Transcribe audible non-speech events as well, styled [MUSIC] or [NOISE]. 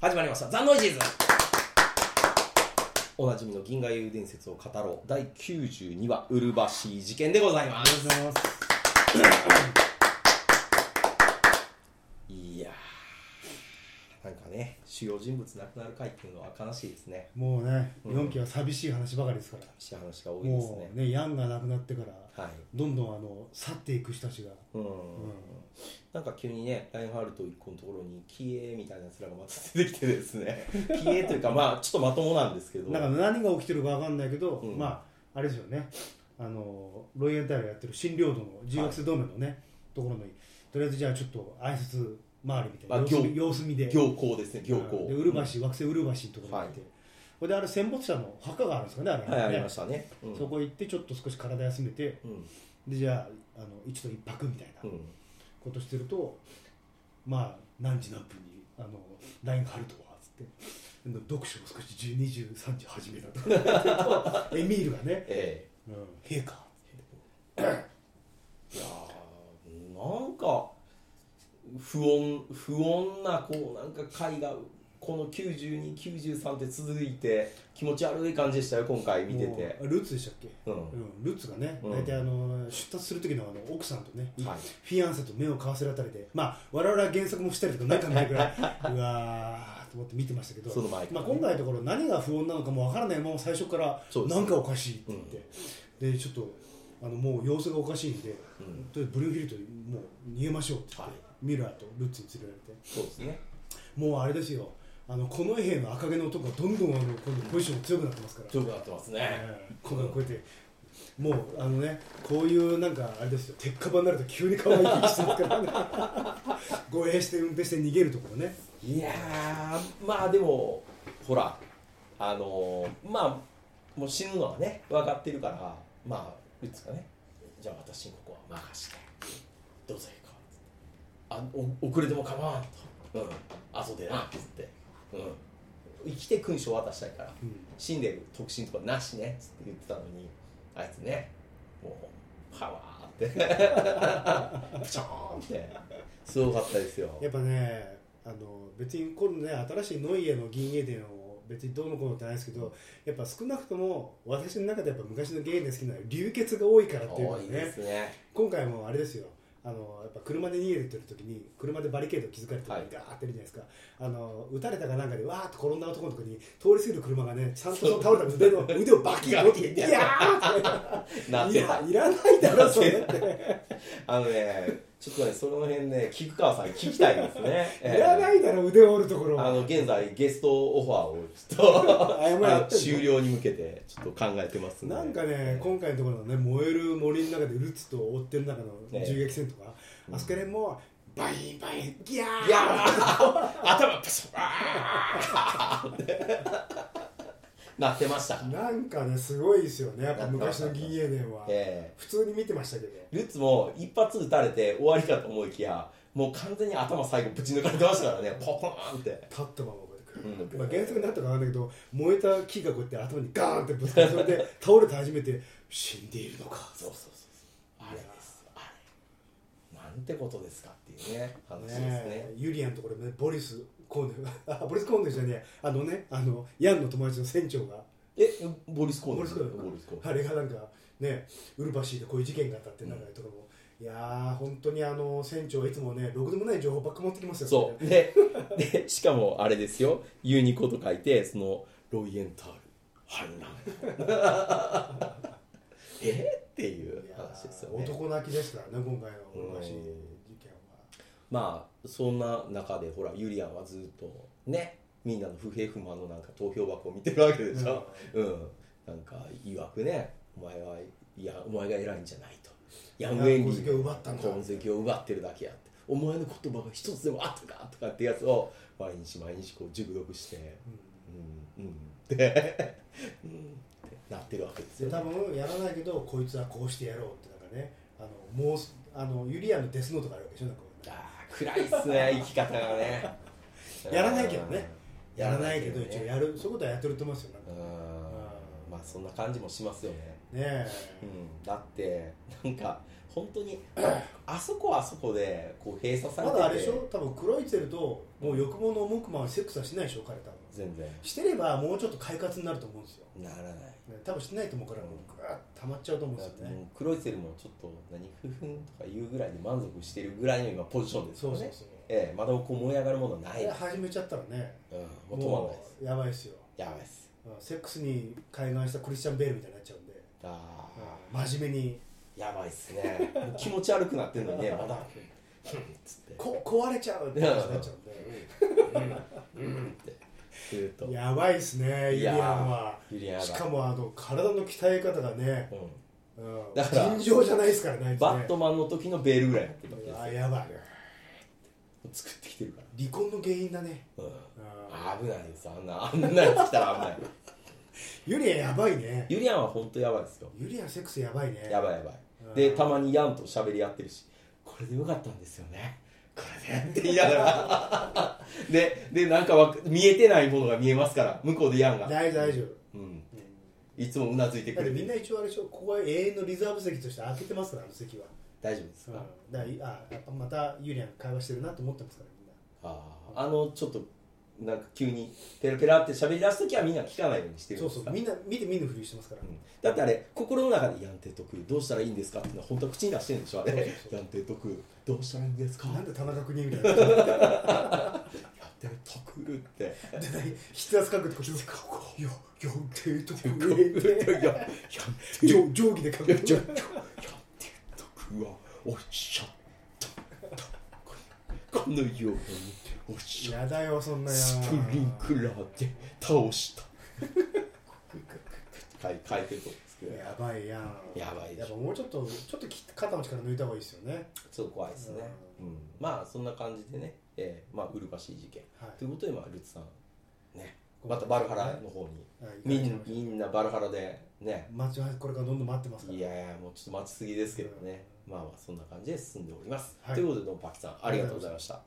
始まりました「ザ・ノイジーズ」おなじみの銀河英雄伝説を語ろう第92話うるばしい事件でございまありがすとうございますいやーなんかね主要人物亡くなる回っていうのは悲しいですねもうね、うん4期は寂しい話ばかりですからしい話が多いですもねうねヤンが亡くなってからはいどんどんあの去っていく人たちがうん、んなんか急にねラインハルト一個のところに「キエー」みたいなやつらがまた出てきてです [LAUGHS] ね「キエー」というかまあちょっとまともなんですけどなんか何が起きてるかわかんないけど、うんまああれですよねあのロイエンタイルやってる新領土の自学生同盟のね、ところにとりあえずじゃあちょっと挨拶回るみたいあな様子行見様子見で行幸ですね行うん幸でウルバシ、惑星ウルバシのところに行って、はこれであれ戦没者の墓があるんですかねあれはいねありましたね、うん、そこ行ってちょっと少し体休めてうんでじゃああの一度一泊みたいな、うんことしてるとまあ何時何分にあの LINE があるとはっつってあの読書を少し10 23時始めたとか言ってると [LAUGHS] エミールがねえ「うん、陛下えいやーなんか不穏不穏なこうなんか回がこの9293って続いて気持ち悪い感じでしたよ今回」見てもてうルーツでしたっけ、うん、うん、ルーツがね、うん大体あの出発する時のあの奥さんとね、はいフィアンセと目を交わせるあたりでまあ我々は原作もしたりとかなんかない [LAUGHS] ぐらいうわーと思って見てましたけどその前からまあ、ね今回のところ何が不穏なのかもわからないまま最初からそうですなんかおかしいって言って、でちょっとあのもう様子がおかしいんで、うんとりあえずブルーフィルドもう逃げましょうって言って、はミラーとルッツに連れられそうですねてもうあれですよあのこの兵の赤毛の男がどんどんあのこのポジション強くなってますから、強くなってますね、ええこうこうやってもうあのねこういうなんかあれですよ鉄火場になると急に可愛い生きしてますからね護衛して運転して逃げるところねいやーまあでもほらあのーまあもう死ぬのはね分かってるからまあいつかねじゃあ私にここは任してどうぞ行こうあお遅れても構わんと、うん、後でなっつって、うん、生きて勲章渡したいから、うん死んでる特進とかなしねっつって言ってたのにあいつねもうパワーって [LAUGHS] プチョーンってすごかったですよやっぱねあの別に今度ね新しいノイエの銀英伝を別にどうのこうのってないですけどやっぱ少なくとも私の中でやっぱ昔の芸伝好きなのは流血が多いからっていうの多はいでねすね今回もあれですよあのやっぱ車で逃げてる時に車でバリケード築かれてるはいガーってるじゃないですか、あの撃たれたかなんかでわーっと転んだ男のとこに通り過ぎる車がねちゃんとその倒れた腕の腕をバキッと折っていやなーっいてたやいらないだろそれってあのねちょっとねその辺ね菊川さんに聞きたいです [LAUGHS] ねいらなえいだろ腕を折るとこえろあはの現在ゲストオファーをちょっ [LAUGHS] とあやばいやあのってんの終了に向けてちょっと考えてますでなんかね、今回のところのね、燃える森の中でルツと追ってる中ねの銃撃戦とか、あそこら辺も、バインバイン、ギャーいやー [LAUGHS] 頭パシャあーって [LAUGHS] なってましたなんかね、すごいですよね、やっぱ昔の銀英伝は。え普通に見てましたけど。えルッツも一発撃たれて終わりかと思いきやもう完全に頭最後ぶち抜かれてましたからねポコーンって立ったままこうやってくうんる、まあ、原作になったかわかんないけど燃えた木がこうやって頭にガーンってぶつか [LAUGHS] ってそれで倒れて初めて死んでいるのかそうそうそうそうあれですあれなんてことですかっていうね話ですねねえユリアのところでねボリス・コーネルあボリス・コーネルじゃねえあのねあのヤンの友達の船長がえボリスコーネボリスコーネルボリスコーネあれがなんかねウルバシーでこういう事件があったってなるとかも、いやー本当にあの船長いつもねろくでもない情報ばっか持ってきますよそうででしかもあれですよユニコと書いてそのロイエンタール反乱 [LAUGHS] えっていういやー話ですよね男泣きですからね今回のウルバシーうん事件はまあそんな中でほらユリアンはずっとねみんなの不平不満のなんか投票箱を見てるわけでしょ、うんなんかいわくねお前はいやお前が偉いんじゃないとヤングエンリーいや功績を奪ったんだ功績を奪ってるだけやってお前の言葉が一つでもあったかとかってやつを毎日毎日こう熟読してうんうんって [LAUGHS] うんってなってるわけですでよ、多分やらないけどこいつはこうしてやろうってなんかねあのもうすあのユリアンのデスノートがあるわけでしょなんかあー暗いっすね生き方がね [LAUGHS] やらないけどねうんやらないけどやら一応ねやるそういうことはやってると思いますよなんかうねんまあそんな感じもしますよね、えうん、だってなんか本当 [CLEARS THROAT] にあそこはあそこでこう閉鎖されまててだあれでしょ多分黒いてるともう欲望の赴くままにセックスはしないでしょ彼多分全然してればもうちょっと快活になると思うんですよならないね多分してないと思うからもうグーッと溜まっちゃうと思うんだでっすてよもねう黒いセルもちょっと何ふふんとか言うぐらいで満足してるぐらいの今ポジションですそようねそうそうええまだこう燃え上がるものはあないれです、始めちゃったらねうん、もう止まんないもですうやばいですよやばいですうんセックスに開眼したクリスチャン・ベールみたいになっちゃうんであうん真面目にーやばいっすねもう気持ち悪くなってんの [LAUGHS] にねまだふんっつってこ壊れちゃうって話になっちゃうんでってずーっとやばいですねユリアンはユリアンやばいしかもあの体の鍛え方がね、ううんだから尋常じゃないですからねあいん、つねバットマンの時のベールぐらいになってるわけであやばいすよ作ってきてるか離婚の原因だね、ら、うんう危ん、ないですあんなあんなやつ来たら危ないユリアンやばいねユリアンは本当やばいですよユリアンセックスやばいねやばいやばいうんでたまにヤンと喋り合ってるしこれでよかったんですよねこれでって言いながらででなんかわか見えてないものが見えますから向こうでヤンが、大丈夫大丈夫、うん、うんいつもうなずいてだくってれみんてな一応あれでしょここは永遠のリザーブ席として開けてますからあの席は、大丈夫ですうん、か、だからいあやっぱまたユリアン会話してるなと思ってますからみんなあーあのちょっとなんか急にペラペラって喋り出す時はみんな聞かないようにしてるんそでうすかそうみんな見て見ぬふりしてますから、うんだってあれ心の中で「ヤンテ得どうしたらいいんですか?」っていうのは本当は口に出してるんでしょあれそうそうそうヤンテ得どうしたらいいんですか?」なんで田中邦衛みたいなやってる得ってで何筆圧感覚でこっち向くいやいや提「督いやいややってる定定規で書いやちくょちょやって得はおっしゃったかのようにおっしゃっやだよそんなたやスプリンクラーで倒した書い書いてると思うんですけどやばいやんやばいでやっしぱょもうちょっとちょっとき肩の力抜いた方がいいですよねちょっと怖いですね、うん、まあそんな感じでね、えーまあうるばしい事件はいということで、まあ、ルツさん、ね、またバルハラの方に、はいみんみんなバルハラで、ね、待ちこれからどんどん待ってますからいやいや、もうちょっと待ちすぎですけどね、まあまあ、そんな感じで進んでおります。はいということで、どうもパキさん、ありがとうございました。